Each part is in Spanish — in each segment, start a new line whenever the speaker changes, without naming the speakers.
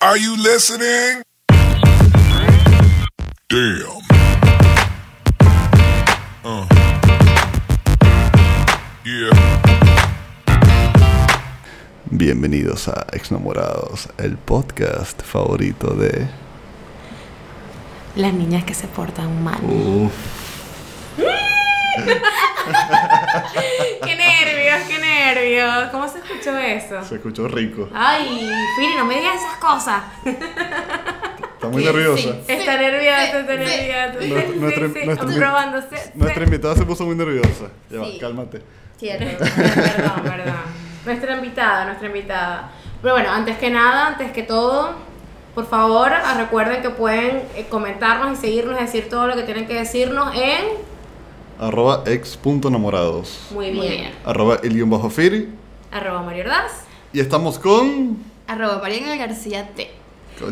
Are you listening? Damn. Uh. Yeah.
Bienvenidos a Exnamorados, el podcast favorito de...
Las niñas que se portan mal. ¡Qué nervios, qué nervios! ¿Cómo se escuchó eso?
Se escuchó rico.
Ah, Ay, Fili, no me digas esas cosas.
Está muy nerviosa.
Está nerviosa, está nerviosa. Sí,
Nuestro-
sí,
nuestro-
sí,
nuestro-
probándose. Sí.
Nuestra invitada se puso muy nerviosa. Ya va,
Sí.
cálmate.
Cierto.
Perdón, perdón. Nuestra invitada, nuestra invitada. Pero bueno, antes que nada, antes que todo, por favor, ah, recuerden que pueden eh, comentarnos y seguirnos, decir todo lo que tienen que decirnos en...
Arroba ex.namorados.
Muy bien.
Muy bien.
Arroba el guión bajo Firi.
Arroba Mario Ordaz.
Y estamos con...
Arroba Mariangel García T.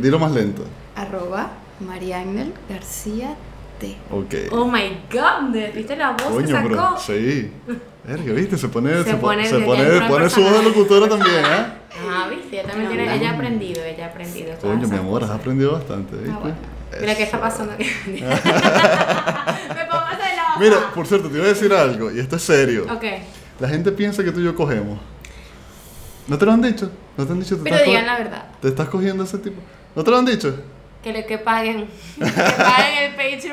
Dilo más lento.
Arroba Mariangel García T.
Ok.
Oh my god, ¿viste la voz que sacó?
bro. Sí. Verga, viste, se pone...
Se
Se, po-
pone-
se
ya
pone,
es una
pone su voz de
persona.
locutora también, ¿eh?
Ah, viste, ella también
No,
tiene,
no.
ella ha aprendido, ella ha aprendido. todas
Coño,
esas
mi amor, has
cosas.
aprendido
Ah,
bastante, ¿viste?
bueno.
Mira qué está
Eso.
pasando aquí. Me pongo celosa.
Mira, por cierto, te iba a decir algo, y esto es serio.
Ok.
La gente piensa que tú y yo cogemos. ¿No te lo han dicho? ¿No te han dicho? ¿Te,
Pero
estás,
digan
co-
la verdad.
¿Te estás cogiendo a ese tipo? ¿No te lo han dicho?
Que lo que paguen. Que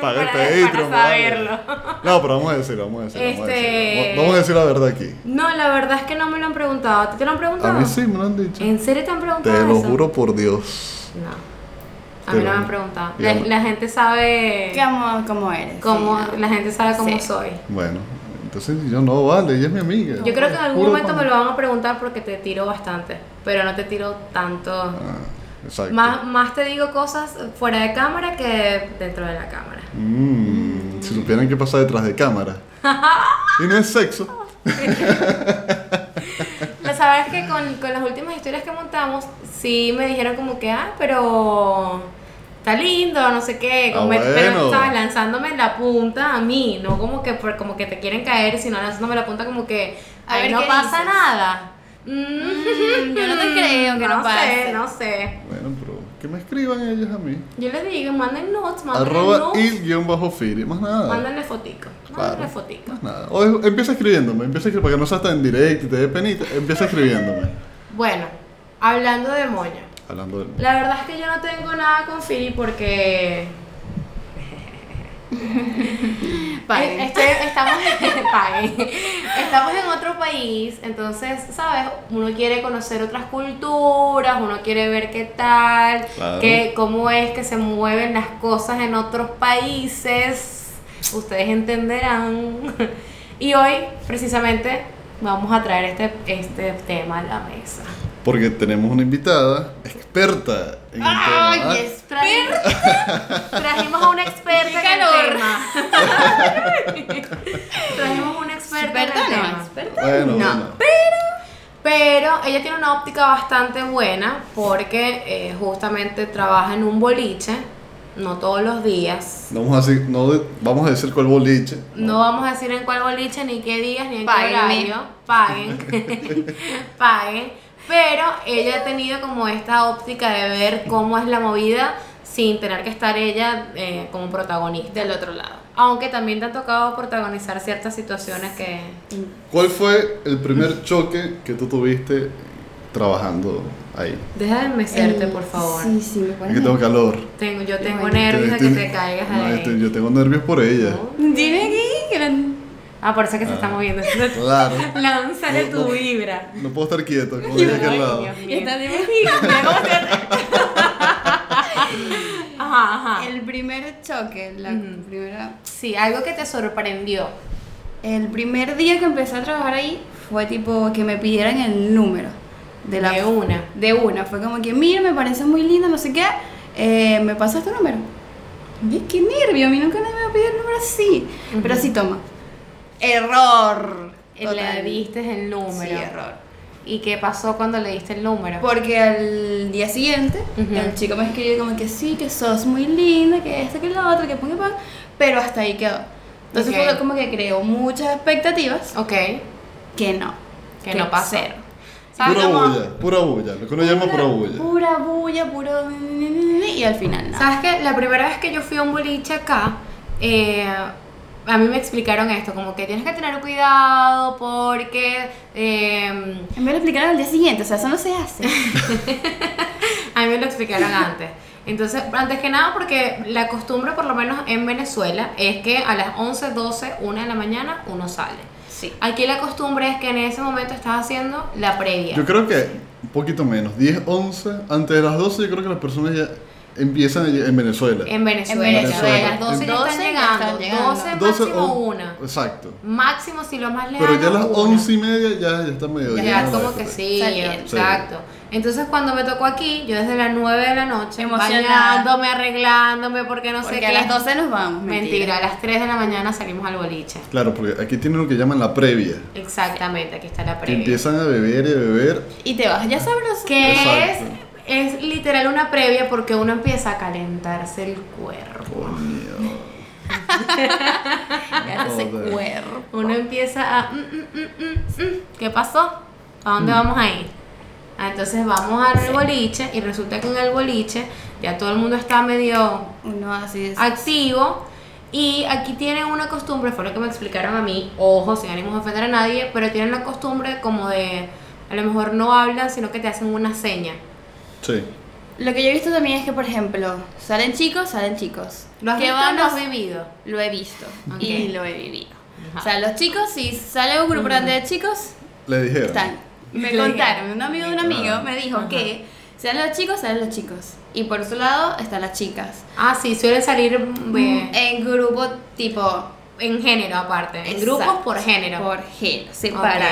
paguen el Patreon
Paga el
para, para
Patreon, vale.
saberlo.
No, pero vamos a decirlo, vamos a decirlo. Vamos, a decirlo.
Este-
vamos a decir la verdad aquí.
No, la verdad es que no me lo han preguntado. ¿A ti te lo han
A
preguntado?
mí sí me lo han dicho.
¿En serio te han preguntado
Te lo
eso?
juro por Dios.
No. A
Te
mí
lo-
no me han preguntado. La,
Digamos-
la gente sabe
¿Cómo, cómo eres?
cómo,
Sí, no.
la gente sabe cómo
Sí.
soy.
Bueno, entonces yo no vale, ella es mi amiga.
Yo creo que en algún
Puro
momento
pan.
me lo van a preguntar porque te tiro bastante, pero no te tiro tanto.
Ah, exacto.
Más, más te digo cosas fuera de cámara que dentro de la cámara.
Mm, si supieran qué pasa detrás de cámara. y no es sexo.
La Pues, sabes que con, con las últimas historias que montamos, sí me dijeron como que, ah, pero está lindo, no sé qué,
Ah,
como me- pero
bueno.
sabes, lanzándome la punta a mí, no como que por- como que te quieren caer, sino lanzándome la punta como que,
A
"Ay,
ver
no
qué
pasa
dices".
nada. Mm,
yo no te creo que no
sé,
pase.
no sé.
Bueno, pero que me escriban ellos a mí.
Yo les digo, manden notes, manden
Arroba
notes.
il-firi, más nada.
Mándenle fotico. Mándenle fotico.
Más nada. O es- empieza escribiéndome, empieza escribiéndome, para que no seas tan directo y te dé penita, empieza escribiéndome.
Bueno, hablando de moño.
Hablando del...
La verdad es que yo no tengo nada con Philly porque.
Paguen.
Eh, estoy- estamos, paguen. estamos en otro país, entonces, ¿sabes? Uno quiere conocer otras culturas, uno quiere ver qué tal,
Claro.
qué- cómo es que se mueven las cosas en otros países. Ustedes entenderán. Y hoy, precisamente, vamos a traer este, este tema a la mesa.
Porque tenemos una invitada experta en el
¡Ay,
tema.
ah,
¿ah?
es traidor!
Trajimos a una experta
¡Qué
en el
calor!
tema. Trajimos a una experta, en el
¿Experta
tema.
no? ¿Experta?
Bueno,
No.
bueno.
Pero ella tiene una óptica bastante buena porque eh, justamente trabaja en un boliche, no todos los días.
No vamos a decir, no de- vamos a decir cuál boliche.
No vamos a decir en cuál boliche, ni qué días, ni en qué
Páguenme.
horario. Paguen. Paguen. Pero ella ha tenido como esta óptica de ver cómo es la movida sin tener que estar ella eh, como protagonista.
Del otro lado.
Aunque también te ha tocado protagonizar ciertas situaciones que...
¿Cuál fue el primer choque que tú tuviste trabajando ahí?
Deja de enmecerte,
El-
por favor.
Sí, sí, me
Es que tengo
pones.
calor.
Tengo, yo tengo
Bueno.
nervios de que
Estoy-
te caigas
No, estoy-
ahí.
Yo tengo nervios por ella.
Dime aquí, que eran-
Ah, por eso que se está moviendo.
Claro.
Lánzale
No,
tu
no.
vibra.
No puedo estar quieto como ella aquí
Ay,
al lado.
Dios mío.
Y está divertido.
Ajá, ajá.
El primer choque, la
Ujú.
primera...
Sí, algo que te sorprendió.
El primer día que empecé a trabajar ahí fue tipo que me pidieran el número de la
De una.
De una, fue como que, mira, me parece muy linda, no sé qué, eh, me pasas tu número. Ve, qué nervio, a mí nunca nadie me va a pedir el número así. Pero sí, toma. Error.
Le
Total.
diste el
Sí,
número.
error.
¿Y qué pasó cuando le diste el número?
Porque al día siguiente,
Ujú.
el chico me escribió como que sí, que sos muy linda, que esto, que lo otro, que ponga pan, pero hasta ahí quedó. Entonces
Ok.
fue como que creó muchas expectativas
Ok,
que no.
que no pasó.
cero.
¿Sabes
Pura
cómo?
bulla, pura bulla, lo que uno llama pura bulla.
Pura bulla, puro. Y al final nada.
¿Sabes qué? La primera vez que yo fui a un boliche acá, eh, a mí me explicaron esto, como que tienes que tener cuidado porque... eh,
En vez de explicar al día siguiente, o sea, eso no se hace.
a mí me lo explicaron antes. Entonces, antes que nada, porque la costumbre, por lo menos en Venezuela, es que a las 11, 12, 1 de la mañana uno sale.
Sí.
Aquí la costumbre es que en ese momento estás haciendo la previa.
Yo creo que un poquito menos, 10, 11, antes de las 12 yo creo que las personas ya empiezan a- en Venezuela.
En Venezuela,
En
a
Venezuela.
las 12 ya
12
están
ya
llegando,
están llegando.
12,
12
máximo
o-
una.
Exacto.
Máximo si lo más lejano.
Pero ya a las
una.
11 y media ya, ya está medio
Ya,
llena la
como que
discoteca.
sí,
Saliendo.
exacto. Entonces cuando me tocó aquí, yo desde las 9 de la noche,
Emocionada.
bañándome, arreglándome, porque no sé
Porque
qué.
a las 12 nos vamos.
Mentira, a las 3 de la mañana salimos al boliche.
Claro, porque aquí tienen lo que llaman la previa.
Exactamente, aquí está la
Que
previa.
empiezan a beber y a beber.
Y te vas ya sabroso.
Que es,
Exacto.
es literal una previa porque uno empieza a calentarse el cuerpo.
Coño.
Ya ese
Joder.
cuerpo.
Uno empieza a... mm, mm, mm, mm, mm. ¿Qué pasó? ¿A dónde vamos a ir? Ah, Entonces vamos al boliche y resulta que en el boliche ya todo el mundo está medio
Uno así es.
activo. Y aquí tienen una costumbre, fue lo que me explicaron a mí, ojo, sin ánimos de ofender a nadie, pero tienen la costumbre como de, a lo mejor no hablan, sino que te hacen una seña.
Sí.
Lo que yo he visto también es que, por ejemplo, salen chicos, salen chicos.
¿Lo has
que
visto o
van
lo
a-
has vivido?
Lo he visto
Ok.
y lo he vivido.
Ajá.
O sea, los chicos, si sale un grupo grande de chicos,
Le dijeron.
están. Me
Le
contaron,
dijeron.
un amigo de un amigo
Ah.
me dijo
Ajá.
que salen los chicos, salen los chicos. Y por su lado están las chicas.
Ah, sí, suelen salir eh,
En grupo tipo
en género aparte, en
Exacto,
grupos por género.
Por género, separado.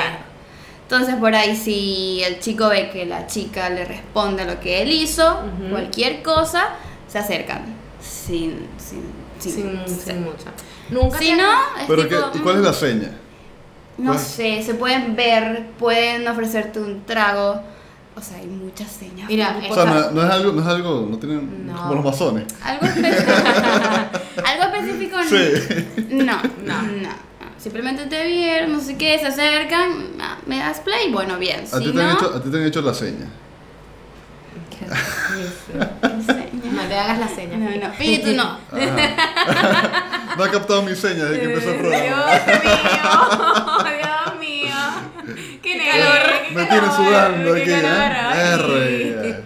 Entonces por ahí si el chico ve que la chica le responde lo que él hizo,
Ujú.
cualquier cosa, se acercan. Sin, sin, sin,
sin,
sin-
sin mucho. Nunca
Si
te-
no, es
Pero
tipo,
que, ¿y cuál es
mm,
la seña?
No
cuál?
sé, se pueden ver, pueden ofrecerte un trago. O sea, hay muchas señas.
Mira,
Como
O sea,
O
no,
sea-
no es algo, no es algo, no tienen
No.
como los masones.
Algo específico. algo específico no.
Sí.
No, no,
No.
no. Simplemente te vieron, no sé qué, se acercan, ah, me das play, bueno, bien.
A
si
ti te
no,
han hecho, a ti te han hecho la seña.
¿Qué es eso?
enseña.
No te hagas la seña.
No, no, espíritu no.
Ajá. no ha captado mi seña desde que empezó el programa.
Eh, Dios mío, Dios mío. Qué calor.
Me tiene sudando aquí, ¿eh? R.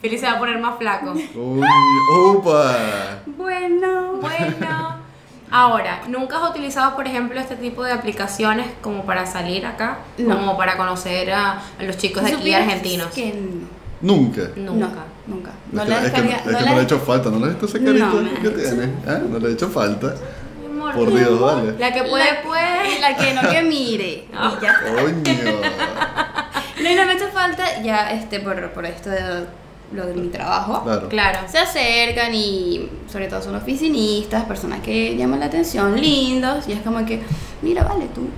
Feliz se va a poner más flaco.
Uy, ¡Opa!
Bueno.
Bueno. Ahora, ¿nunca has utilizado, por ejemplo, este tipo de aplicaciones como para salir acá?
No.
Como para conocer a a los chicos de aquí
¿Supieras
argentinos.
Que no.
Nunca.
Nunca.
No, nunca.
es que, es que,
descarga-
es que no, le ha hecho falta, no le has visto esa
No,
carita
me
que
ha hecho-
tiene. ¿eh? No le ha hecho falta.
Mi amor,
Por
mi
Dios,
amor.
dale.
La que puede,
La-
puede.
La que no que mire. Y ya.
Coño.
No, y no me hace falta, ya este, por, por esto de lo de mi trabajo.
Claro.
Claro.
Se acercan y sobre todo son oficinistas, personas que llaman la atención, lindos, y es como que, mira, vale tú.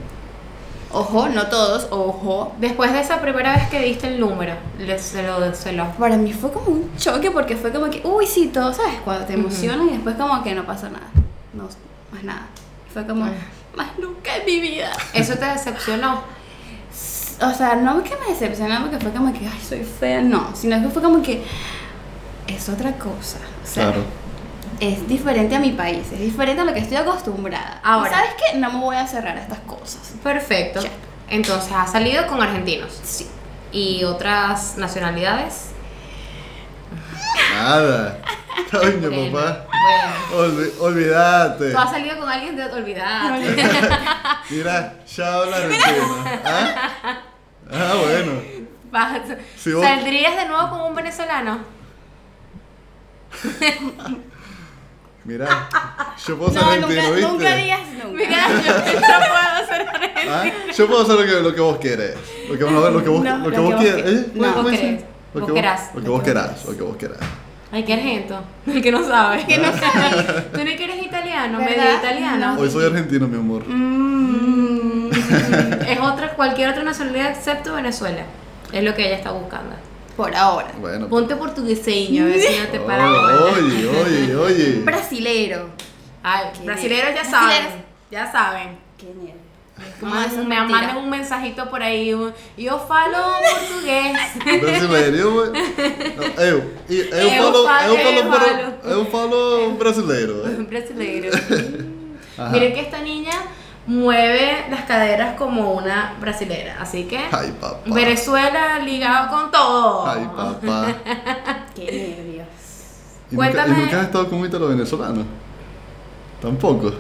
Ojo, no todos, ojo.
Después de esa primera vez que diste el número, le- se lo, se lo-
Para mí fue como un choque porque fue como que, uy, sí, todo, ¿sabes? Cuando te emocionan y después como que no pasó nada. No, más nada. Fue como,
Ah.
más nunca en mi vida.
Eso te decepcionó.
O sea, no que me decepcionaba porque fue como que, ay, soy fea, no, sino que fue como que es otra cosa. O sea,
Claro.
es diferente a mi país, es diferente a lo que estoy acostumbrada.
Ahora.
Ahora, ¿sabes qué? No me voy a cerrar a estas cosas.
Perfecto.
Ya.
Entonces, has salido con argentinos
Sí.
y otras nacionalidades.
Nada. Coño,
Bueno,
papá.
bueno.
Olvi- olvídate.
Tú has salido con alguien de olvidar.
Mira, ya hablan el tema. ¿Ah? ah, bueno. Sí, vos-
¿Saldrías de nuevo con un venezolano?
Mira, yo puedo ser
No,
argentino,
nunca,
¿viste?
nunca digas nunca.
Mira, yo no puedo ser
¿Ah? Yo puedo hacer lo que, lo que vos querés. Lo que, no, lo que vos,
No,
lo que vos quieras.
que-
¿Eh?
no,
¿Cómo
vos
dice?
querés.
Lo
Vos
que
querás.
Lo que vos querás. Lo que vos querás.
Ay, qué argento. El que no sabe.
Que no sabes.
Tú no que eres italiano,
¿Verdad?
medio italiano.
Hoy soy argentino, mi amor.
Mm.
Es otra, cualquier otra nacionalidad excepto Venezuela. Es lo que ella está buscando.
Por ahora.
Bueno.
Ponte portugueseño, a ver si no te para. bola.
oye, oye, oye.
Brasilero.
Ay,
Qué
brasileros ya
nervios.
saben.
Brasileros.
Ya saben.
Qué nervio.
Tú
No,
mandas-
eso es
me
mentira.
mandan un mensajito por ahí. un, yo falo português.
Brasileiro, ué. Não, eu. E- Eu,
Eu
falo,
fa-
eu, falo,
eu
bra-
falo.
eu falo brasileiro. eh. ué.
Brasileiro.
Ajá.
Miren que esta niña mueve las caderas como una brasilera. Así que
Ay, papá.
Venezuela ligado con todo.
Ay, papá.
Qué nervios.
¿Y nunca, ¿Y
Cuéntame.
nunca has estado con un ítalo venezolano? Tampoco.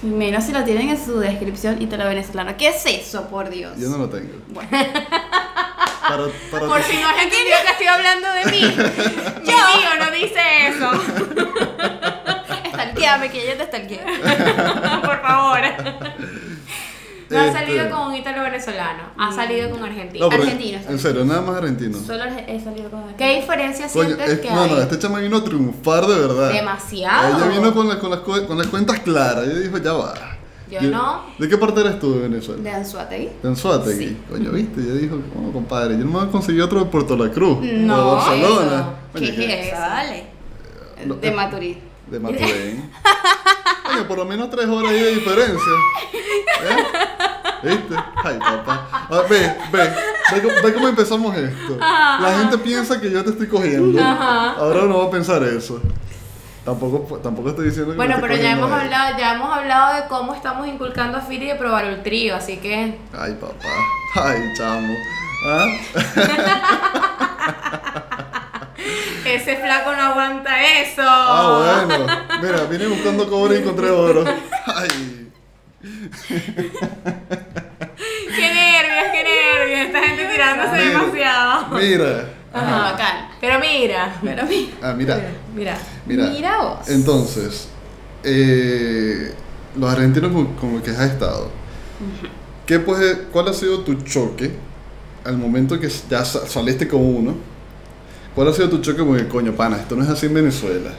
Y menos si lo tienen en su descripción y te lo venezolano. ¿Qué es eso, por Dios?
Yo no lo tengo.
Bueno.
Para, para
Por si no has entendido que estoy hablando de mí. Yo mío no dice eso.
Stalkeame, que ella te stalkea.
Por favor. No ha
Este. Mm.
salido con un ítalo venezolano. Ha salido con argentino.
No, pero
Argentinos.
En serio, nada más argentino.
Solo he salido con
¿Qué diferencia
Coño,
sientes
es-
que
no,
hay?
no, este chama vino a triunfar de verdad.
Demasiado.
Ella vino con, la- con las, cu- con las cuentas claras. Ella dijo, ya va.
Yo no.
¿De qué parte eres tú de Venezuela?
De Anzuategui.
De Anzuategui.
Sí.
Coño, viste. Ella dijo, no, compadre, yo no me conseguí otro de Puerto La Cruz.
No,
o de Barcelona.
eso.
Coño,
¿Qué
que-
es?
Vale.
No,
De
eh.
Maturí.
De Matuén. Coño, por lo menos tres horas ahí de diferencia. ¿Eh? ¿Viste? Ay, papá. A ver, ve, ve, ve, cómo- ve cómo empezamos esto. La gente piensa que yo te estoy cogiendo. Ahora no va a pensar eso. Tampoco, tampoco estoy diciendo que
Bueno,
me esté
pero ya
cogiendo
hemos
a él.
hablado, ya hemos hablado de cómo estamos inculcando a Fili de probar el trío, así que
Ay, papá. Ay, chamo. ¿Ah?
ese flaco no aguanta eso.
ah, bueno. Mira, vine buscando cobre y encontré oro. Ay.
Qué nervios, qué nervios. Esta gente tirándose
Mira,
demasiado.
Mira.
Ajá. Bacán.
Pero mira,
Pero mira.
Ah, mira.
mira.
Mira.
Mira vos.
Entonces, eh, los argentinos con, con los que has estado, ¿qué puede, ¿cuál ha sido tu choque al momento que ya sa- saliste con uno? ¿Cuál ha sido tu choque con el coño, pana? Esto no es así en Venezuela.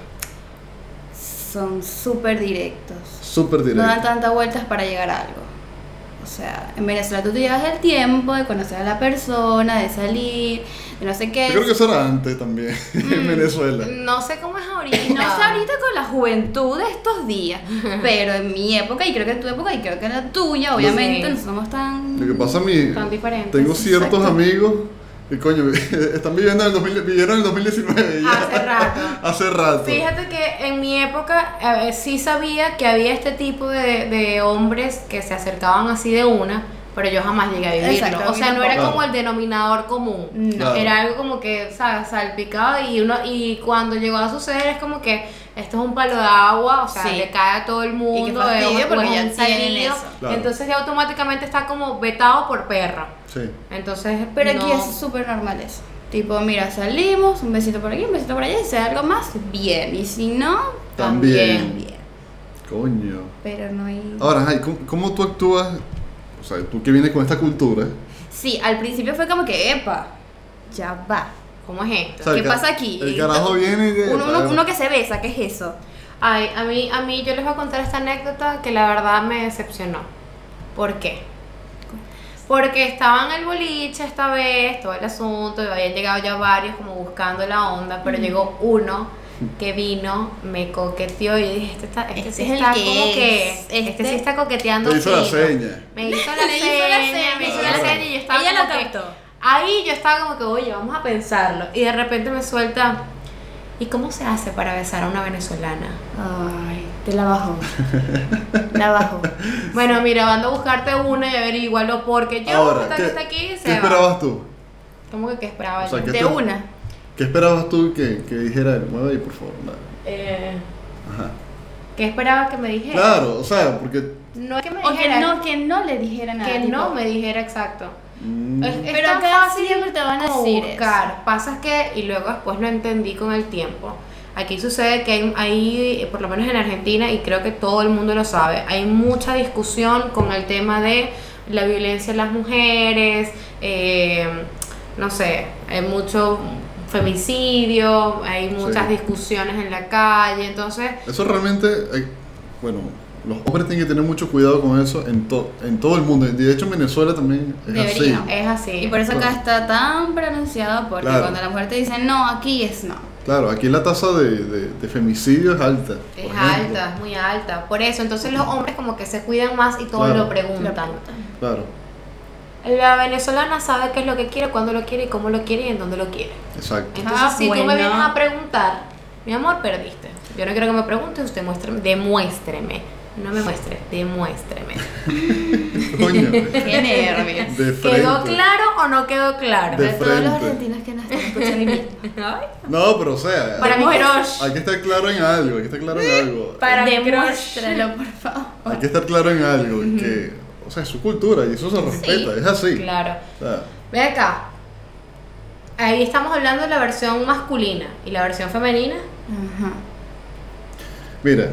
Son súper directos.
Súper
No dan
directo.
tantas vueltas para llegar a algo. O sea, en Venezuela tú te llevas el tiempo de conocer a la persona, de salir, de no sé qué.
Yo creo que eso era antes también,
Mm.
en Venezuela.
No sé cómo es ahorita.
No es ahorita con la juventud de estos días, pero en mi época, y creo que en tu época, y creo que en la tuya, obviamente,
Sí.
no somos tan...
Lo que pasa a mí,
Tan diferentes,
tengo ciertos
exacto.
amigos que coño, están viviendo en el, 2000 vivieron en el 2019 ya.
Hace rato.
Hace rato.
Fíjate que en mi época eh, sí sabía que había este tipo de, de hombres que se acercaban así de una, pero yo jamás llegué a vivirlo.
Exacto, a
o
mí
sea, no era
tampoco.
como el denominador común.
No.
Claro.
Era algo como que, ¿sabes? Salpicado y uno y cuando llegó a suceder es como que esto es un palo de agua, o sea,
Sí.
le cae a todo el mundo. es
fastidio,
un- es
porque
un
ya tienen
salido.
eso.
Claro.
Entonces ya automáticamente está como vetado por perra.
Sí.
Entonces,
Pero aquí
no.
es súper normal eso. Tipo, mira, salimos, un besito por aquí, un besito por allá, y si hay algo más, bien. Y si no,
También.
también, bien.
Coño.
Pero no hay...
Ahora, ajá, ¿y ¿cómo, cómo tú actúas? O sea, tú que vienes con esta cultura.
Sí, al principio fue como que, epa, ya va.
¿Cómo es esto?
O sea,
¿Qué
el ca-
pasa aquí?
El carajo viene y...
Uno, uno- uno que se besa, ¿qué es eso?
Ay, a mí, a mí yo les voy a contar esta anécdota que la verdad me decepcionó. ¿Por qué? Porque estaban en el boliche esta vez, todo el asunto, y habían llegado ya varios como buscando la onda, pero llegó uno que vino, me coqueteó y dije, este, está, este,
Este
sí
es el
está
que
como que,
es,
este,
este-
sí está coqueteando.
Te hizo la
fino.
seña.
Me hizo la
Le hizo la
seña, me hizo la
seña.
seña y yo estaba
Ella
como
lo
que-
captó.
Ahí yo estaba como que, oye, vamos a pensarlo. Y de repente me suelta, ¿y cómo se hace para besar a una venezolana?
Ay, te la bajo. la bajo.
Bueno, mira, van a buscarte una y averiguarlo porque yo
Ahora,
esta
¿qué,
que está aquí
¿qué
se va.
esperabas tú?
¿Cómo que qué esperaba
O sea,
yo?
¿qué,
De
te-
una.
¿Qué esperabas tú que, que dijera él? Mueve ahí, por favor. dale.
Eh,
Ajá.
¿Qué esperaba que me dijera?
Claro, o sea, porque...
No es que me
O que
dijera,
no, que no le dijera nada.
que
tipo,
no me dijera exacto.
mm,
Es, es
Pero
tan
acá
fácil
siempre te van a
como
decir
buscar. Pasas que, y luego después lo entendí con el tiempo. Aquí sucede que hay, hay, eh, por lo menos en Argentina, y creo que todo el mundo lo sabe, hay mucha discusión con el tema de la violencia en las mujeres, eh, no sé, hay mucho femicidio, hay muchas
Sí.
discusiones en la calle, entonces
Eso realmente... hay- bueno, los hombres tienen que tener mucho cuidado con eso en, to- en todo el mundo. De hecho, en Venezuela también es
Debería.
así.
es así.
Y por eso acá
Claro.
está tan pronunciado, porque
Claro.
cuando la mujer te dice no, aquí es no.
Claro, aquí la tasa de, de- de femicidio es alta.
Es
por ejemplo.
alta, es muy alta. Por eso, entonces los hombres como que se cuidan más y todo
Claro.
lo preguntan.
Claro,
La venezolana sabe qué es lo que quiere, cuándo lo quiere y cómo lo quiere y en dónde lo quiere.
exacto.
Entonces,
Ah,
si tú me
bueno.
vienes a preguntar, mi amor, perdiste. Yo no quiero que me preguntes, usted muéstrame, demuéstreme. No me muestre, demuéstreme.
Coño, eh. de
Qué nervios.
¿Quedó
frente.
claro o no quedó claro?
De-
De todos los
frente.
argentinos que nos están escuchando y
Ay,
No, pero o sea,
Para mi crush.
hay que estar claro en algo, hay que estar claro en algo.
Para mi crush.
demuéstralo, por favor.
Hay que estar claro en algo, que, o sea, es su cultura y eso se respeta, es así.
Claro.
O sea,
Ve acá. Ahí estamos hablando de la versión masculina y la versión femenina.
Ajá.
mira,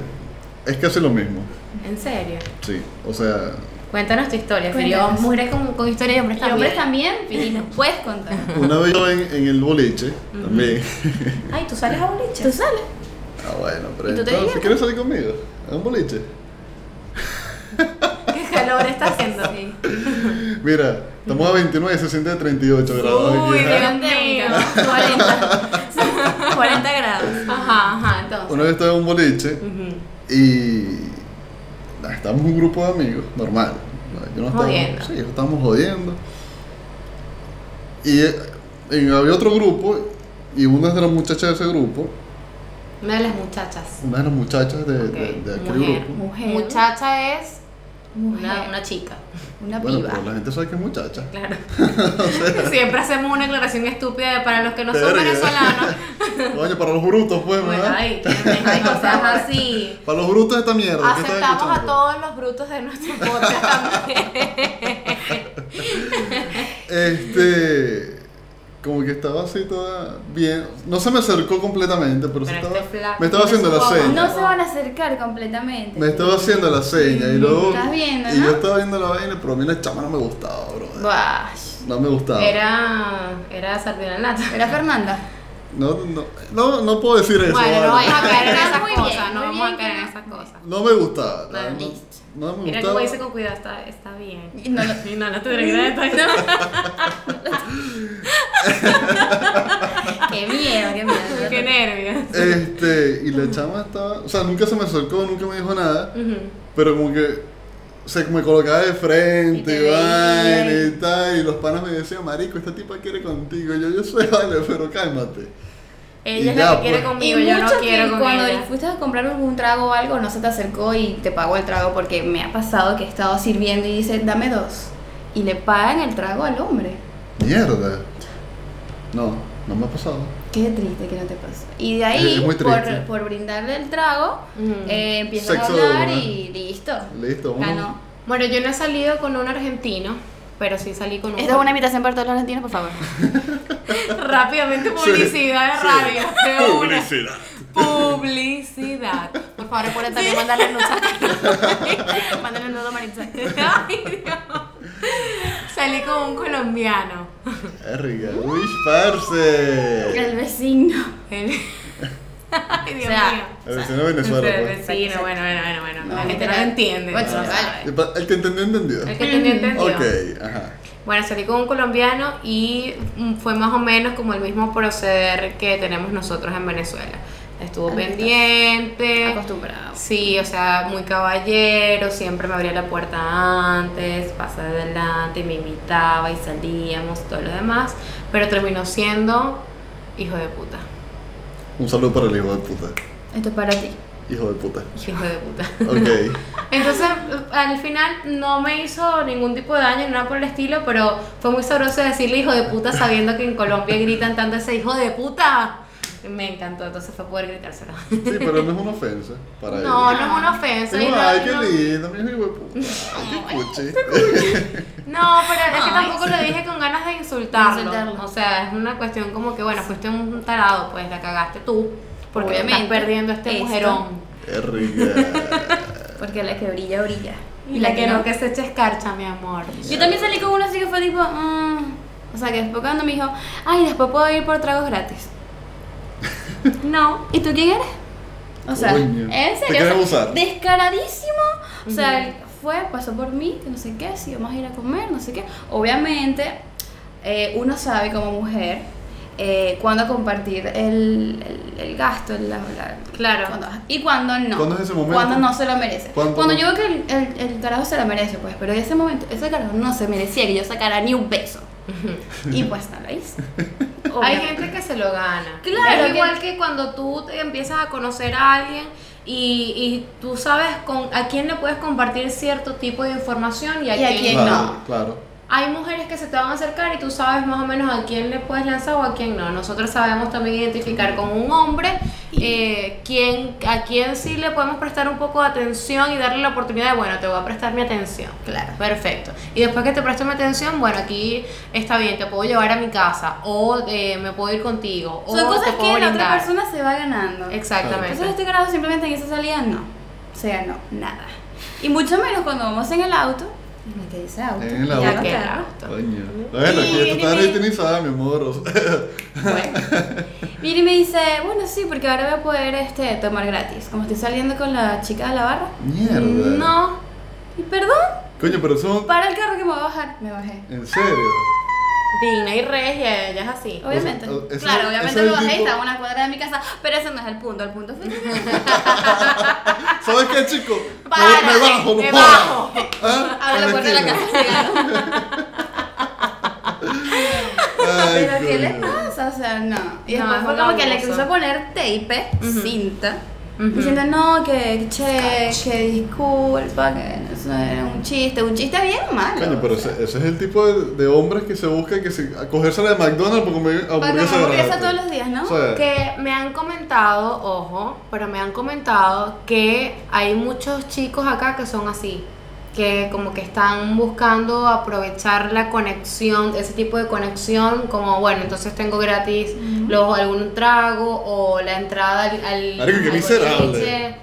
es casi lo mismo,
En serio.
sí, o sea,
Cuéntanos tu historia,
Cuéntanos.
Frío. Mujeres con, con historia de hombres
Y
también.
hombres también, y nos puedes contar.
una vez yo en, en el boliche, también,
Ay, tú sales a boliche.
¿Tú sales?
ah bueno, pero
¿Y tú te
entonces,
diviertes?
¿quieres salir conmigo? ¿A un boliche?
¿Qué calor está haciendo? aquí?
Mira, estamos a 29, se siente a 38 grados aquí.
Uy,
ajá.
Dios.
40. 40 grados.
Ajá, ajá, entonces.
Una vez estaba en un boliche y nada, estábamos un grupo de amigos, normal. ¿no? Yo no estaba,
Jodiendo.
Sí, estábamos jodiendo. Y eh, en- había otro grupo y una de las muchachas de ese grupo,
Una de las muchachas.
una de las muchachas de,
Ok,
de- de aquel
mujer.
grupo.
Mujer.
Muchacha es una,
Mujer.
una chica.
Una
Bueno,
piba.
pero la gente sabe que es muchacha.
Claro. Siempre hacemos una aclaración estúpida para los que no son
Verga.
venezolanos.
Coño, para los brutos, pues,
Bueno,
¿verdad?
ay, hay cosas así.
Para los brutos esta mierda. que están
Aceptamos a
escuchando.
todos los brutos de nuestro podcast también.
Este. Como que estaba así toda bien. No se me acercó completamente, pero, sí
Pero
estaba.
este flaco
me estaba
tiene
haciendo
su
la
guagua.
seña.
No se van a acercar completamente.
Me estaba haciendo la seña y luego.
Estás viendo,
Y
¿no?
yo estaba viendo la vaina, pero a mí la chama no me gustaba, bro.
Buah.
No me gustaba.
Era, era sardina en lata.
Era Fernanda.
No, no, no, no puedo decir eso.
Bueno,
vale.
no vayas a caer en
Está
esas
muy bien,
cosas, no
muy
vamos a
bien
caer en
que no.
esas cosas.
No me gustaba.
Vale,
no-
listo.
No, me
Mira
gustaba.
cómo dice con cuidado, está, está bien.
Y No, lo-
Y no, no te regreses
qué miedo, qué miedo.
Qué nervios.
Este, y la chama estaba. O sea, nunca se me acercó, nunca me dijo nada.
Ujú.
Pero como que se me colocaba de
Y
frente
te
y, vaina
veía
y
y-
tal. Y los panas me decían, Marico, esta tipa quiere contigo. Y yo, yo sé, vale, pero cálmate.
Ella es
ya,
la que quiere
pues.
Y
conmigo, yo no
mucho que
quiero con
cuando
ella.
fuiste a comprar algún trago o algo, no se te acercó y te pagó el trago porque me ha pasado que he estado sirviendo y dice, dame dos. Y le pagan el trago al hombre.
Mierda. No, no me ha pasado.
Qué triste que no te pasó. Y de
Es-
ahí,
es muy triste.
por, por brindarle el trago,
Ujú.
eh, empiezan
Sexo de
a hablar
una.
y listo.
Listo, uno.
Ganó.
Bueno, yo no he salido con un argentino, pero sí salí con un.
Esta es una invitación para todos los argentinos, por favor.
Rápidamente publicidad
sí.
de radio. de una.
Publicidad.
Publicidad. Por favor, recuerden también mandarle nudes.
Mándale un nudo, Maritza.
Ay, Dios. Salí con un colombiano.
Verga, Luis Parce.
El vecino.
El- Ay, Dios
O sea,
mío.
El vecino de Venezuela,
El
pues.
vecino, bueno, bueno, bueno, bueno.
No,
la gente no lo
literal.
entiende.
Bueno,
no
sí,
sabe.
Y pa- El que entendió, entendió.
El que entendió, entendió.
Ok, ajá.
Bueno, salí con un colombiano y mm, fue más o menos como el mismo proceder que tenemos nosotros en Venezuela. Estuvo
Ah,
pendiente.
Acostumbrado.
Sí, o sea, muy caballero, siempre me abría la puerta antes, pasaba adelante, me invitaba y salíamos, todo lo demás, pero terminó siendo hijo de puta.
Un saludo para el hijo de puta.
Esto es para ti.
Hijo de puta.
Hijo de puta.
Ok.
Entonces, al final no me hizo ningún tipo de daño, ni nada por el estilo, pero fue muy sabroso decirle hijo de puta sabiendo que en Colombia gritan tanto ese hijo de puta. Me encantó, entonces fue poder gritárselo.
Sí, pero no es una ofensa para él.
No, no es una ofensa. y
Digo,
no-
ay, qué
no-
lindo, mi hijo de puta. Ay, qué cuchi.
No, pero es
Ay,
que tampoco lo dije con ganas de insultarlo.
De insultarlo.
O sea, es una cuestión como que, bueno, fuiste un tarado, pues la cagaste tú. Porque
Obviamente.
estás perdiendo a este
Esto.
mujerón.
Qué rica.
Porque la que brilla, brilla.
Y la que no, que se eche escarcha, mi amor.
Yo también salí con uno así que fue tipo. mm, O sea, que después cuando me dijo, ay, después puedo ir por tragos gratis. no. ¿Y tú quién eres? O sea,
Coño.
en
Te
serio.
quieren
o sea,
abusar.
descaradísimo. O sea,
Ujú.
él fue, pasó por mí, que no sé qué, si vamos a ir a comer, no sé qué. Obviamente, eh, uno sabe como mujer. eh, cuándo compartir el, el- el gasto, el- la- la-
Claro.
cuándo- y cuándo no.
¿Cuándo es ese momento?
Cuándo no se lo merece.
¿Cuándo?
Cuando yo veo que el, el- el carajo se lo merece, pues, pero en ese momento, ese carajo no se merecía que yo sacara ni un peso. y pues no lo hice.
Hay
Obviamente.
gente que se lo gana.
Claro,
Es
que-
igual que cuando tú te empiezas a conocer a alguien y, y tú sabes con, a quién le puedes compartir cierto tipo de información y a,
Y a quién
no.
Claro,
no.
claro.
Hay mujeres que se te van a acercar y tú sabes más o menos a quién le puedes lanzar o a quién no. Nosotros sabemos también identificar con un hombre eh, quién, a quién sí le podemos prestar un poco de atención y darle la oportunidad de, bueno, te voy a prestar mi atención.
Claro.
Perfecto. Y después que te presto mi atención, bueno, aquí está bien, te puedo llevar a mi casa o eh, me puedo ir contigo
Son
o te
cosas
puedo
que la otra
brindar.
persona se va ganando.
Exactamente.
Entonces este grado simplemente en esa salida no. O sea, no, nada. Y mucho menos cuando vamos en el auto. Me quedé ese auto.
En el
Ya
auto.
Ya
no
que
queda.
Coño. Bueno, aquí
Y-
tú estás
y-
retinizada, mi amor. o sea,
Bueno. Miri me dice, bueno sí, porque ahora voy a poder este, tomar gratis. Como estoy saliendo con la chica de la barra.
Mierda.
No. Y perdón,
Coño, pero son.
para el carro que me voy a bajar. Me bajé.
En serio.
Digna y regia, ella es así.
Obviamente.
O sea, o- ese-
claro,
ese
obviamente
es
lo
el
bajé y
tipo-
estaba a una cuadra de mi casa. Pero ese no es el punto. El punto fue que
¿Sabes qué, chico? Me-
Para,
me, bajo, no
me
jodas.
bajo.
¿Ah?
abre la puerta de la
Valentina.
casa. llegaron.
Ay,
Pero ¿qué les
coño.
pasa? O sea, no. Y
No,
después
es
fue
una
como que le
abuso.
quiso poner tape,
Ujú.
cinta,
Ujú.
diciendo, no, que che, que disculpa, que no sé, era un chiste, un chiste bien malo.
Coño, pero
o sea.
ese, ese es el tipo de, de hombres que se busca que se, a cogérsela de McDonald's porque me
O como
hamburguesa
hamburguesa
gratis.
todos los días, ¿no?
O sea,
Que me han comentado, ojo, pero me han comentado que hay muchos chicos acá que son así. Que como que están buscando aprovechar la conexión, ese tipo de conexión, como bueno, entonces tengo gratis los, algún trago o la entrada al. al
Marico, qué
al
miserable.
boliche.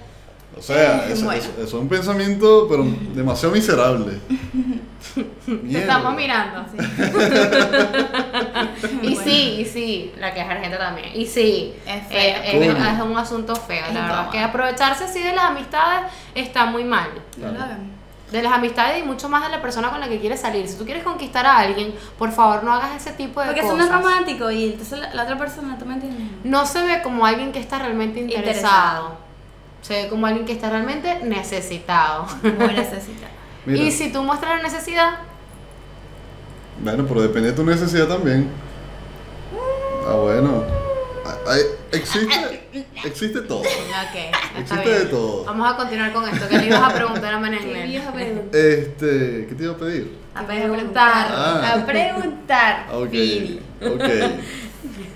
o sea,
Eh,
es,
bueno.
es- es un pensamiento pero demasiado miserable.
Te
Mierda.
estamos mirando. y
Bueno.
sí, y sí, la que es argenta también. Y sí,
Es feo.
eh, eh,
Coño.
es un asunto feo, la verdad.
Incómodo.
Que aprovecharse así de las amistades está muy mal.
No lo hagan.
De las amistades y mucho más de la persona con la que quieres salir. Si tú quieres conquistar a alguien, por favor no hagas ese tipo de
Porque eso
cosas.
no es romántico y entonces la, la otra persona, ¿tú me entiendes?
No se ve como alguien que está realmente interesado.
Interesado.
Se ve como alguien que está realmente necesitado.
Muy necesita.
Mira,
Y si tú muestras la necesidad,
Bueno, pero depende de tu necesidad también. Ah, bueno. Ah, ah, Existe, existe todo. Este,
ok. Está
Existe
bien.
de todo.
Vamos a continuar con esto, que le ibas a preguntar a
Qué
Menel.
vieja pregunta.
Este, ¿qué te iba a pedir?
A
A
preguntar.
preguntar.
Ah.
A preguntar.
Ah, Ok,
Piri.
ok.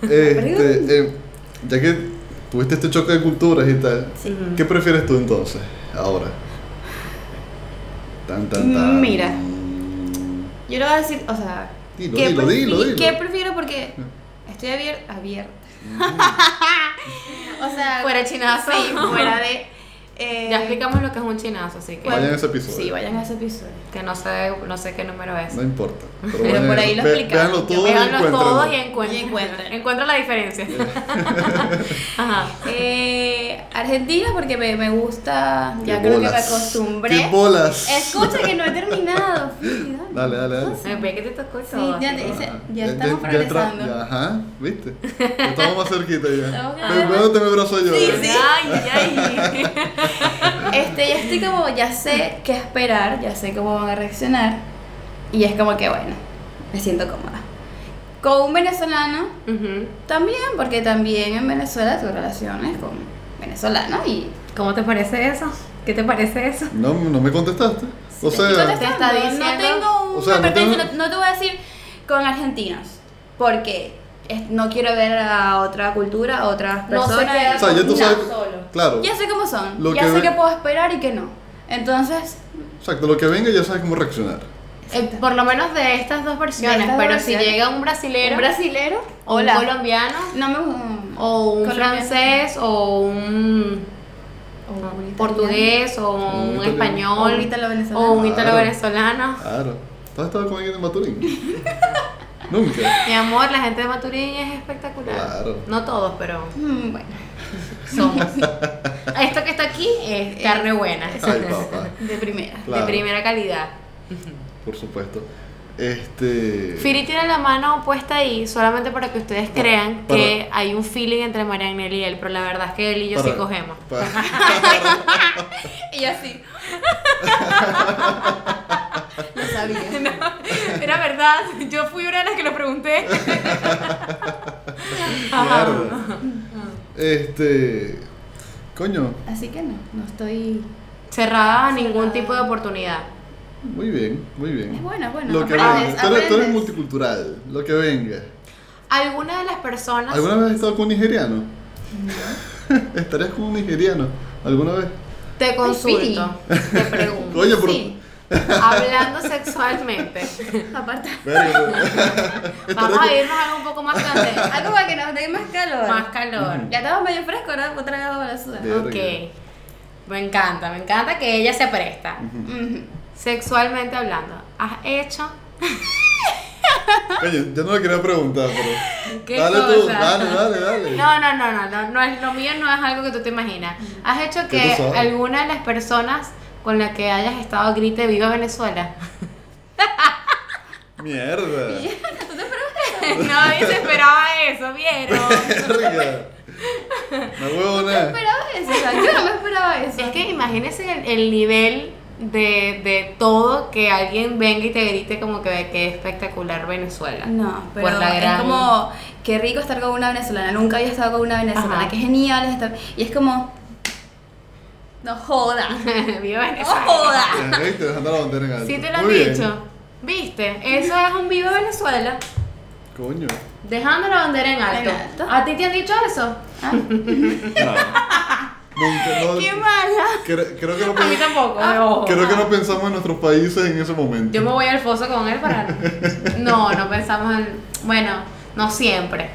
Este, eh, ya que tuviste este choque de culturas y tal,
Sí.
¿qué prefieres tú entonces, ahora? Tan, tan, tan.
Mira. Yo le voy a decir, o sea,
Dilo,
¿qué
dilo,
prefi-
dilo, Mm. dilo.
¿qué prefiero? Porque estoy abier- abierta. o sea,
Fuera chinazo.
Sí, fuera de. eh,
Ya explicamos lo que es un chinazo, así que
Vayan a ese episodio.
Sí, vayan a ese episodio.
que no sé, no sé qué número es.
No importa. Pero,
Pero
vayan
por
a-
ahí lo
ve-
explicamos,
Véanlo
que
todo y
Véanlos todos y
encuéntrenlo.
encuentren.
Y encuentren.
Encuentren la diferencia. Ajá.
Eh, Argentina, porque me, me gusta. Ya
Qué
creo que me
bolas.
acostumbré.
¡Qué bolas!
Escucha que no he terminado. Fili,
Dale, dale, dale.
Me ve que te tocó
Sí,
todo.
ya
así.
te hice.
Ah,
Ya estamos
ya tra-
progresando.
ya, ajá, ¿viste? Ya Estamos más cerquita ya.
Estamos
Pero
ganando.
bueno, te me brazo yo.
Sí,
¿eh?
sí.
Ay, ay, ay.
Este, ya estoy como, ya sé qué esperar, ya sé cómo van a reaccionar. Y es como que, bueno, me siento cómoda. Con un venezolano
Ujú.
también, porque también en Venezuela tu relación es con venezolanos y.
¿Cómo te parece eso? ¿Qué te parece eso?
No, no me contestaste. O
Te estoy
sea,
Te
contestando,
está diciendo-
no tengo una
O sea, no
preferencia, no,
tengo-
no te voy a decir con argentinos, porque es- no quiero ver a otra cultura, a otras
No se
personas.
queda
o sea, ya tú
No.
sabes.
solo.
Claro.
Ya sé cómo son,
Lo
ya
que
sé
ve-
qué puedo esperar y qué no. Entonces,
Exacto, lo que venga ya sabes cómo reaccionar.
Eh, por lo menos de estas dos versiones.
estas dos
pero
versiones.
si llega un brasilero,
un brasilero,
un colombiano,
No me gusta.
o un
Colombiano.
francés, o un portugués, o
Un italiano.
un español,
O un italo-venezolano.
o un
Claro.
italo-venezolano.
Claro. ¿Tú has estado con alguien en Maturín? Nunca.
Mi amor, la gente de Maturín es espectacular.
Claro.
No todos, pero
Mm, Bueno,
somos. Esto que está aquí es carne buena.
Ay, papá.
de primera.
Claro.
De primera calidad.
Por supuesto. Este.
Firi tiene la mano puesta ahí solamente para que ustedes crean
para-
que hay un feeling entre Marianel y él, pero la verdad es que él y yo sí
para-
cogemos.
para-
Y así. Lo sabía.
Era verdad, yo fui una de las que lo pregunté.
Mierda. Este. Coño,
Así que no, no estoy.
Cerrada a ningún tipo de oportunidad.
muy bien, muy bien.
Es bueno, es bueno.
Lo que
Aprendes,
venga. Tú eres, tú eres
aprendes.
multicultural, lo que venga.
¿Alguna de las personas?
¿Alguna vez has estado con un nigeriano? ¿Estarías con un nigeriano alguna vez?
Te
Firi.
consulto, te pregunto.
Coño, pero.
Sí.
Hablando sexualmente,
Aparte.
Verga,
vamos a irnos a algo un poco más grande.
Algo para que nos dé más calor.
Más calor.
Ya estamos medio fresco, ahora otra vez vamos a la sudar.
Verga.
Ok. Me encanta, me encanta que ella se presta.
Ujú.
Sexualmente hablando, ¿has hecho?
Coño, yo no le quería preguntar, pero.
¿Qué
dale tú,
cosa?
dale, dale, dale.
No, no, no, no, no, no es, lo mío no es algo que tú te imaginas. ¿Has hecho
¿Qué
que
tú sabes?
alguna de las personas con la que hayas estado grite viva Venezuela?
Mierda.
no, yo se esperaba eso, ¿vieron?
Verga. No huevo nada.
esperaba eso, o sea, yo no me esperaba eso.
es que imagínense el, el nivel de, de todo que alguien venga y te grite como que, que espectacular Venezuela.
No, pero
Por la gran-
es como qué rico estar con una venezolana. Nunca había estado con una venezolana.
Ajá.
Qué genial es estar. Y es como. No joda.
viva
No
Venezuela.
joda.
Ya, ¿Viste? Dejando la bandera en alto.
Sí te lo han
Muy bien.
dicho. ¿Viste? Eso es un vivo Venezuela.
Coño.
Dejando la bandera en alto.
En alto.
¿A ti te han dicho eso?
No. Nunca, no.
mala!
Cre- creo, que no
A mí
pen-
tampoco.
Ah.
no.
creo que no pensamos en nuestros países en ese momento.
Yo me voy al foso con él para... No, no pensamos en... Bueno, no siempre.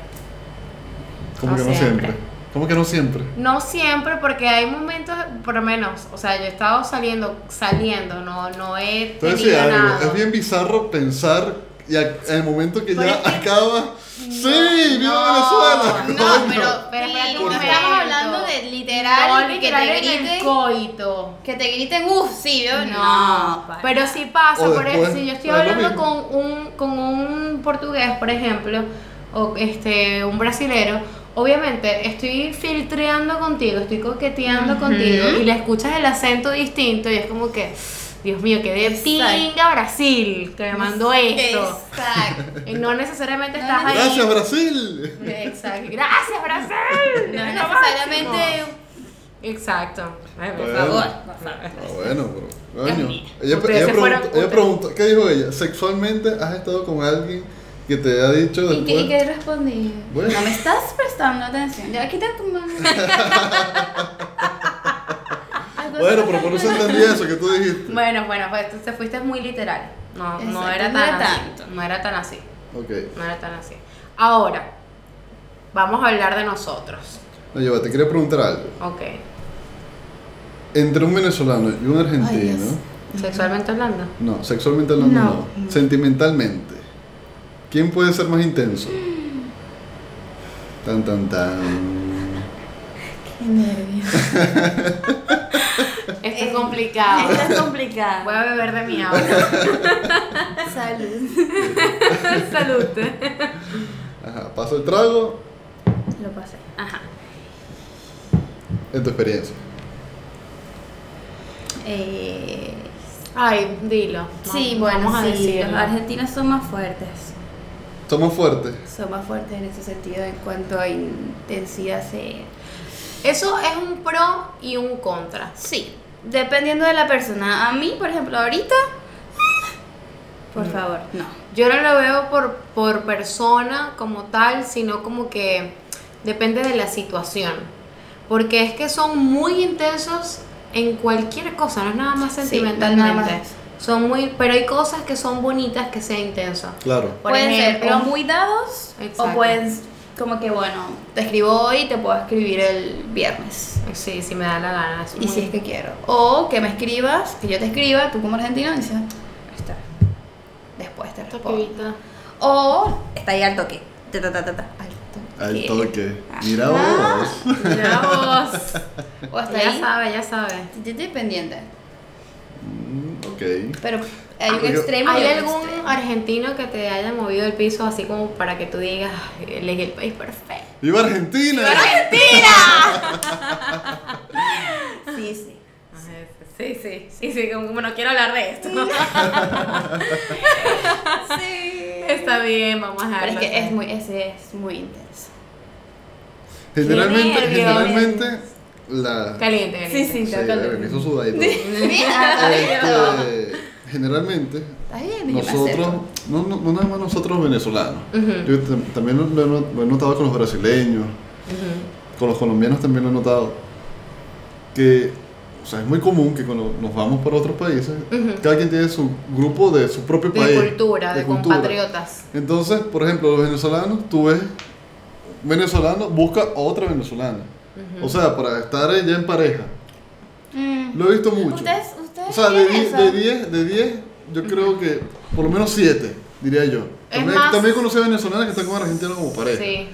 Como
no
que no siempre.
siempre.
Como que no siempre.
No siempre porque hay momentos, por lo menos, o sea, yo he estado saliendo, saliendo, no, no he
Entonces, sí,
tenido
algo.
nada.
es bien bizarro pensar y a- en el momento que
Pero
ya
es que-
acaba. ¡Sí! ¡Viva Venezuela!
No,
coño.
pero,
Pero
pero
espérate un
no
momento.
estamos hablando de
No,
literal, que
literal
te
en el
griten.
coito.
Que te griten, uff, sí, yo
No, pero si pasa,
O
por
después,
eso, si yo estoy
pero es lo
hablando con un, con un portugués, por ejemplo, o este, un brasilero, obviamente estoy filtreando contigo, estoy coqueteando contigo y le escuchas el acento distinto y es como que, Dios mío, que de
Exacto.
pinga Brasil, que me mandó esto.
Exacto.
Y no necesariamente
No
estás ahí.
¡Gracias, Brasil!
Exacto. Gracias, Brasil.
No
Es
es
lo máximo.
necesariamente.
Exacto. Ay, por
Bueno.
favor.
Ah, bueno, pero. Coño.
mío.
Ella,
Ustedes
ella
se
preguntó,
fueron-
ella
ustedes-
preguntó- ¿Qué dijo ella? ¿Sexualmente has estado con alguien que te ha dicho
¿Y
después?
qué, y qué respondí?
pues. Bueno.
No me estás prestando atención. Ya quita tu mano. Algo
Bueno,
así.
pero por eso entendí eso que tú dijiste.
Bueno, bueno, pues tú te fuiste muy literal. No, no
Exacto,
era
no
tan
era
así.
tanto.
No era tan así.
Ok.
No era tan así. Ahora, vamos a hablar de nosotros.
No, yo te quería preguntar algo.
Ok.
Entre un venezolano y un argentino.
Dios.
Sexualmente hablando.
no, sexualmente hablando no.
No.
Sentimentalmente. ¿Quién puede ser más intenso? Tan, tan, tan.
Qué nervios.
Esto es complicado.
Estás
Voy
complicada.
a beber de mi agua.
Salud.
Salud.
Ajá, paso el trago
Lo pasé.
Ajá.
en tu experiencia.
Eh,
Ay, dilo.
sí,
No,
bueno,
vamos a
sí, los
decirlo.
argentinos son más fuertes.
Somos fuertes.
Son más fuertes en ese sentido en cuanto a intensidad se...
Eso es un pro y un contra.
Sí, dependiendo de la persona. A mí, por ejemplo, ahorita... eh, Por favor, no.
Yo no lo veo por, por persona como tal, sino como que depende de la situación. Porque es que son muy intensos en cualquier cosa, no es nada más
Sí,
sentimentalmente.
nada más.
Son muy, pero hay cosas que son bonitas que sea intenso.
Claro.
Por
pueden ser
ejemplo-
o muy dados
Exacto.
o pueden como que bueno, te escribo hoy te puedo escribir el viernes.
Sí, si me da la gana. es
Y
muy-
si es que quiero. O que me escribas, que yo te escriba, tú como argentino, y dices, "Ah, está. Después te
Esta
respondo.
pibita.
O está ahí al toque. Ta, ta, ta, ta, ta, Al
Al
toque.
toque. Mira vos.
Mira vos.
O está
ya
ahí.
sabe, ya sabe.
Yo estoy pendiente.
Mm, ok.
Pero Hay un
Porque-
extremo y
¿Hay
otro
algún
extremo.
argentino que te haya movido el piso así como para que tú digas, "Ay, elegí el país perfecto?
¡Viva Argentina!
¡Argentina!
Sí, sí.
este, Sí, sí, sí, sí, como como no quiero hablar de esto.
Sí.
Está bien, vamos a
Pero es
dejarlo
que
así.
es muy, es, es muy intenso.
Generalmente,
Qué nervios.
generalmente, la...
Caliente, caliente.
Sí,
Sí, me hizo sudar y todo. Ah,
Está
Este, generalmente,
bien, yo me
nosotros,
acepto.
no, no, no nada más nosotros los venezolanos,
Ujú.
yo tam- también lo, he not- lo he notado con los brasileños, con los colombianos también lo he notado, que o sea, es muy común que cuando nos vamos para otros países,
Ujú.
cada quien tiene su grupo de su propio
De
país.
cultura, de,
cultura.
compatriotas.
Entonces, por ejemplo, los venezolanos, tú ves un venezolano, busca otra venezolana. O sea, para estar ella en pareja.
Mm.
Lo he visto mucho.
¿Ustedes, ustedes
O sea, de
tienen
10,
eso?
de 10, de 10, yo creo que por lo menos 7, diría yo.
Es
También,
más-
también conocí a venezolanas que están con argentinos como pareja.
Sí.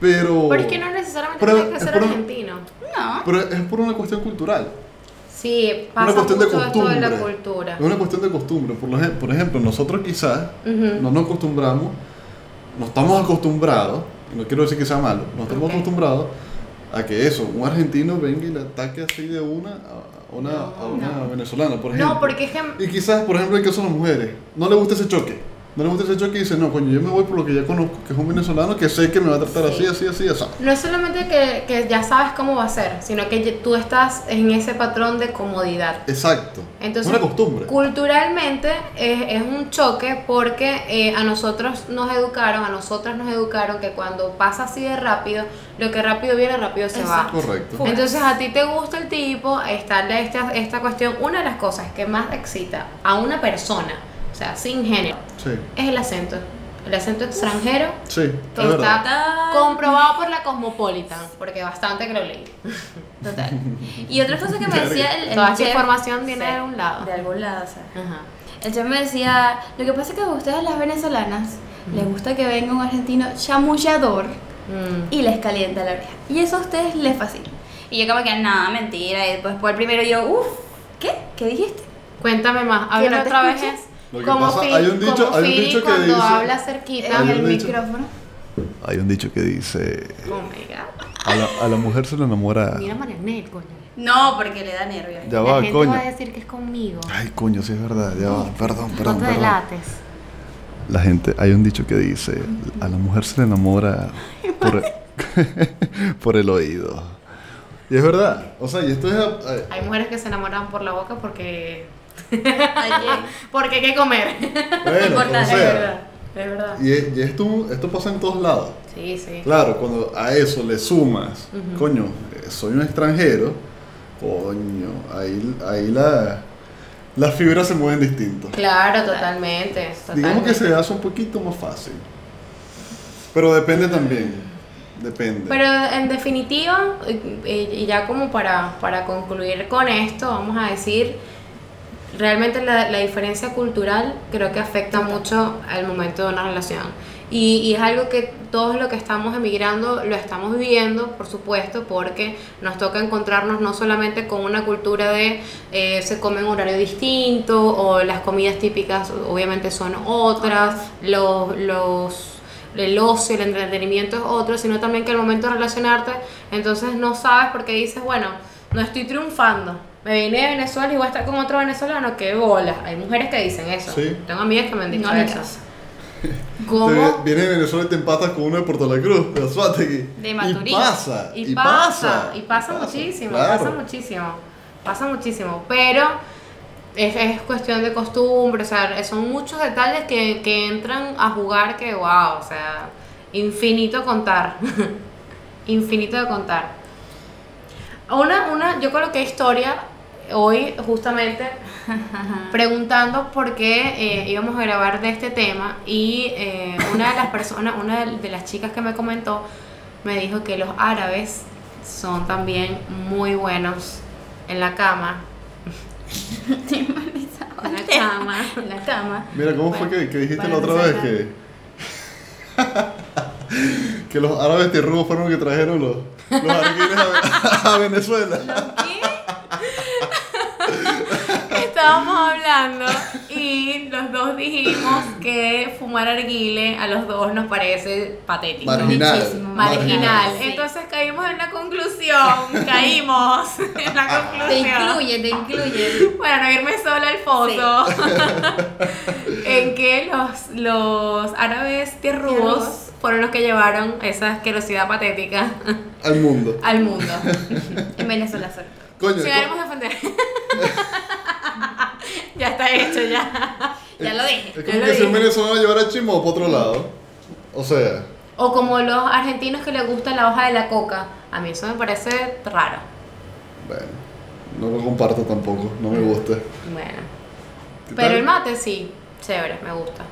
Pero,
Pero es que no necesariamente
Pero-
tiene que ser
pero-
argentino.
No.
pero es por una cuestión cultural.
Sí, pasa
una cuestión
mucho
de
esto
costumbre.
de la cultura.
Es una cuestión de costumbre. Por, lo ej- por ejemplo, nosotros quizás
Ujú.
no nos acostumbramos, no estamos acostumbrados, y no quiero decir que sea malo, no estamos
Ok.
acostumbrados a que eso, un argentino venga y le ataque así de una a a una, a una venezolana, por ejemplo.
No, porque es que
Y quizás, por ejemplo, en el caso de las mujeres, no le gusta ese choque. No le gusta ese choque y dice, no, coño, yo me voy por lo que ya conozco, que es un venezolano que sé que me va a tratar así,
Sí.
así, así, así.
no es solamente que, que ya sabes cómo va a ser, sino que ya- tú estás en ese patrón de comodidad.
Exacto.
Entonces,
una costumbre.
Culturalmente es, es un choque porque eh, a nosotros nos educaron, a nosotras nos educaron que cuando pasa así de rápido, lo que rápido viene, rápido se va.
Exacto.
Correcto.
Fugas.
Entonces a ti te gusta el tipo, está la- esta, esta cuestión, una de las cosas que más excita a una persona, o sea, sin género,
Sí.
es el acento. El acento extranjero
Sí. es
que
verdad.
está comprobado por la Cosmopolitan, porque bastante que lo leí.
Total. Y otra cosa que me decía el, el
Toda esta
chef-
información viene
Sí,
de algún lado.
De algún lado, o sea.
Ajá.
El chef me decía, lo que pasa es que a ustedes las venezolanas les gusta que venga un argentino chamullador
Mm.
y les calienta la oreja. Y eso a ustedes les fascina. Y yo como que, no, mentira. Y después por el primero yo, uff, ¿qué? ¿Qué dijiste?
Cuéntame más,
Que no
habla
te
otra vez.
escuches.
Lo que
Como
pasa,
Phil,
hay un dicho-
como
hay un
Phil
dicho que
cuando
dice-
habla cerquita.
En
Hay
el
un dicho.
micrófono.
Hay un dicho que dice,
Oh my god.
a la, a la mujer se le enamora...
Mira Marianel, coño.
No, porque le da nervios.
Ya
la
va,
gente
coño.
va a decir que es conmigo.
Ay, coño, sí es verdad, ya va. Perdón,
No
perdón, perdón.
te delates.
La gente, hay un dicho que dice, a la mujer se le enamora por, e-". por el oído. Y es verdad. O sea, y esto es... eh,
Hay mujeres que se enamoran por la boca porque Ah.
Ay,
porque hay que comer.
bueno, como
importante,
es
sea.
verdad, es verdad.
Y, es- y esto, esto pasa en todos lados.
Sí, sí.
Claro, cuando a eso le sumas, coño, eh, soy un extranjero, coño, ahí, ahí la, las fibras se mueven distinto.
Claro, totalmente.
Digamos
totalmente.
que se hace un poquito más fácil. Pero depende también. Depende.
Mm. Pero en definitiva, eh, eh, y ya como para, para concluir con esto, vamos a decir, realmente la, la diferencia cultural creo que afecta mucho al momento de una relación. Y, y es algo que todos los que estamos emigrando lo estamos viviendo, por supuesto, porque nos toca encontrarnos no solamente con una cultura de eh, se come en horario distinto o las comidas típicas obviamente son otras, los, los, el ocio, el entretenimiento es otro, sino también que al momento de relacionarte, entonces no sabes porque dices, bueno, no estoy triunfando. Me vine de Venezuela y voy a estar con otro venezolano. ¡Qué bola! Hay mujeres que dicen eso.
Sí.
Tengo amigas que me han dicho
No le
eso.
creas.
Te ve-
¿Cómo?
vienes de Venezuela y te empatas con uno de Puerto La Cruz, de Azuategui.
De Maturín.
Y pasa.
Y, pasa, y pasa muchísimo,
claro.
pasa muchísimo, pasa muchísimo, pero es, es cuestión de costumbre, o sea, son muchos detalles que, que entran a jugar que, wow, o sea, infinito contar, infinito de contar. Una, una, yo coloqué historia hoy justamente preguntando por qué eh, íbamos a grabar de este tema y eh, una de las personas, una de- de las chicas que me comentó me dijo que los árabes son también muy buenos en la cama. en la cama.
En la cama.
Mira, ¿cómo
Bueno,
fue que, que dijiste
para
la otra vez
empezar.
que. que los árabes tierrudos fueron los que trajeron los, los arquines a, a Venezuela?
¿Qué?
estábamos hablando y los dos dijimos que fumar arguile a los dos nos parece patético.
Marginal.
Muchísimo.
Marginal.
Sí.
Entonces caímos en una conclusión. Caímos en la
Te
conclusión.
incluye, te incluye.
Para no irme sola al foso. en que los, los árabes tierrubos
Tierrubos.
fueron los que llevaron esa asquerosidad patética
Al mundo.
al mundo.
En Venezuela sobre todo.
Coño,
Si
co-
queremos defender. ya está hecho, ya.
Ya lo dije.
es
yo
como
lo
que si un
dije.
venezolano llevara a Chimo para otro lado. O sea,
O como los argentinos que les gusta la hoja de la coca. A mí eso me parece raro.
bueno, no lo comparto tampoco, no me gusta. ¿Qué
Bueno.
tal?
Pero el mate sí, chévere, me gusta.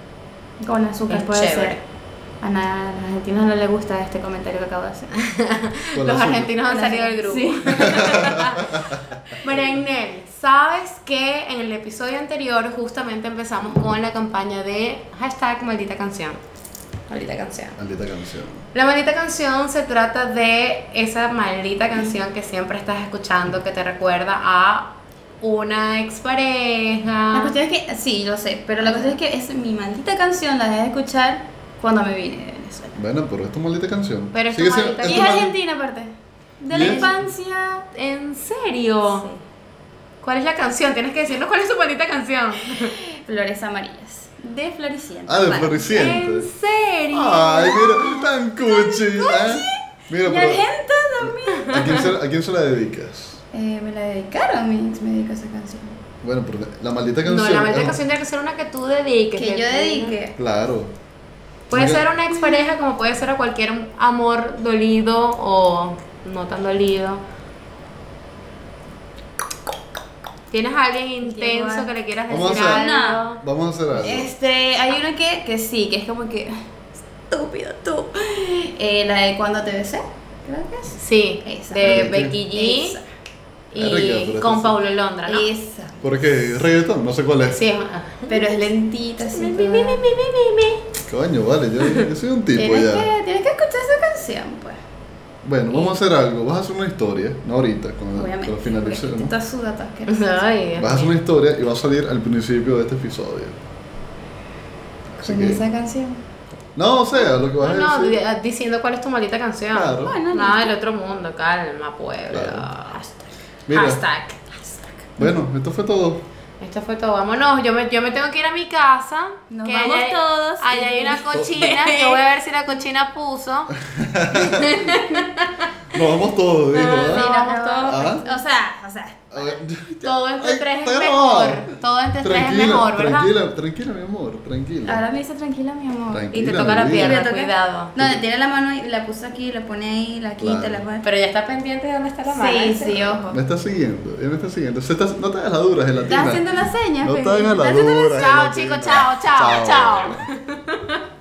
Con azúcar
Es
puede
chévere.
ser. A na- a los argentinos no les gusta este comentario que acabo de hacer.
Con
los
azúcar.
argentinos han salido del grupo.
Sí.
Bueno, Ignel, sabes que en el episodio anterior justamente empezamos con la campaña de hashtag maldita canción. Maldita canción.
Maldita canción.
La maldita canción se trata de esa maldita canción que siempre estás escuchando que te recuerda a una
La
expareja.
cuestión es que, sí, lo sé, pero la cuestión es que es mi maldita canción la dejé de escuchar cuando me vine de Venezuela.
Bueno, pero esto es maldita canción.
Pero esto
Sigue
es
siendo-
maldita-
esto
Y
es
es
mal-
argentina aparte. De la
Yes.
infancia.
¿En serio? ¿Cuál es la canción? Tienes que decirnos cuál es tu maldita canción.
Sí. Flores amarillas. De floricienta.
Ah, de
Bueno.
¿En
floreciente.
serio?
Ay, mira, tan cuchi. ¿eh? Mira,
Y
pero,
argenta también.
¿a quién, se, ¿a quién se la dedicas?
Eh, me la dedicaron a mi ex, me dedicó esa canción.
Bueno, porque la maldita
No,
canción.
la maldita
es-
canción tiene que ser una que tú dediques.
Que yo dediqué.
Claro.
Puede
Porque-
ser a una expareja como puede ser a cualquier amor dolido o no tan dolido. ¿Tienes a alguien intenso
Igual.
que le quieras
Vamos a
decir
hacer-
algo?
Vamos a hacer algo.
Este, hay una que, que sí, que es como que. Estúpido tú. Eh, la de cuando te besé, creo que es.
Sí,
Esa.
de
Ok.
Becky G
Rica,
y
pero
con
esa-
Paulo Londra, ¿no?
Esa. Esa.
Porque reggaetón, no sé cuál es.
Sí, ah.
Pero es lentita, así.
Mi, mi,
toda-
mi, mi, mi, mi, mi.
Coño, vale, yo, yo soy un tipo
Tienes
pues ya.
que, tienes que escuchar esa canción, pues.
Bueno, vamos a hacer algo. Vas a hacer una historia, no ahorita, cuando,
Obviamente.
cuando finalicemos.
Está sudata, asquerosa.
Ay, Dios
Vas a hacer
mío.
una historia y va a salir al principio de este episodio. Así
Con
que-
esa canción.
No, o sea, lo que vas
No,
a
no,
decir.
di- diciendo cuál es tu maldita canción.
Claro.
Bueno,
Nada del otro mundo, calma, pueblo.
Claro.
Hashtag.
Mira.
Hashtag.
Bueno, esto fue todo.
Esto fue todo, vámonos. Yo me, yo me tengo que ir a mi casa.
Nos
que
vamos
allá hay-
todos.
Allá hay una cochina. Yo voy a ver si la cochina puso.
Nos vamos todos, dijo,
no,
¿verdad?
vamos
Ah.
O sea, o sea.
A ver,
Todo entre
Ay,
tres es
está grabado.
mejor. Todo entre tres es
Tranquila,
mejor, ¿verdad?
tranquila, tranquila, mi amor, tranquila.
Ahora me dice tranquila, mi amor.
Tranquila.
Y te toca la
mi
Y le
vida.
pierna,
toca-
cuidado.
No, le tiene la mano y la puso aquí, la pone ahí, la quita,
Claro.
la pone.
Pero ya estás pendiente de dónde está la mano.
sí,
¿viste?
sí, ojo.
Me está siguiendo, ella me está siguiendo. Se está- no te hagas la dura, gelatina.
Estás haciendo la seña,
No
Feli.
te hagas la
Estás haciendo
dura.
Chao,
gelatina.
chicos, chao, chao, chao.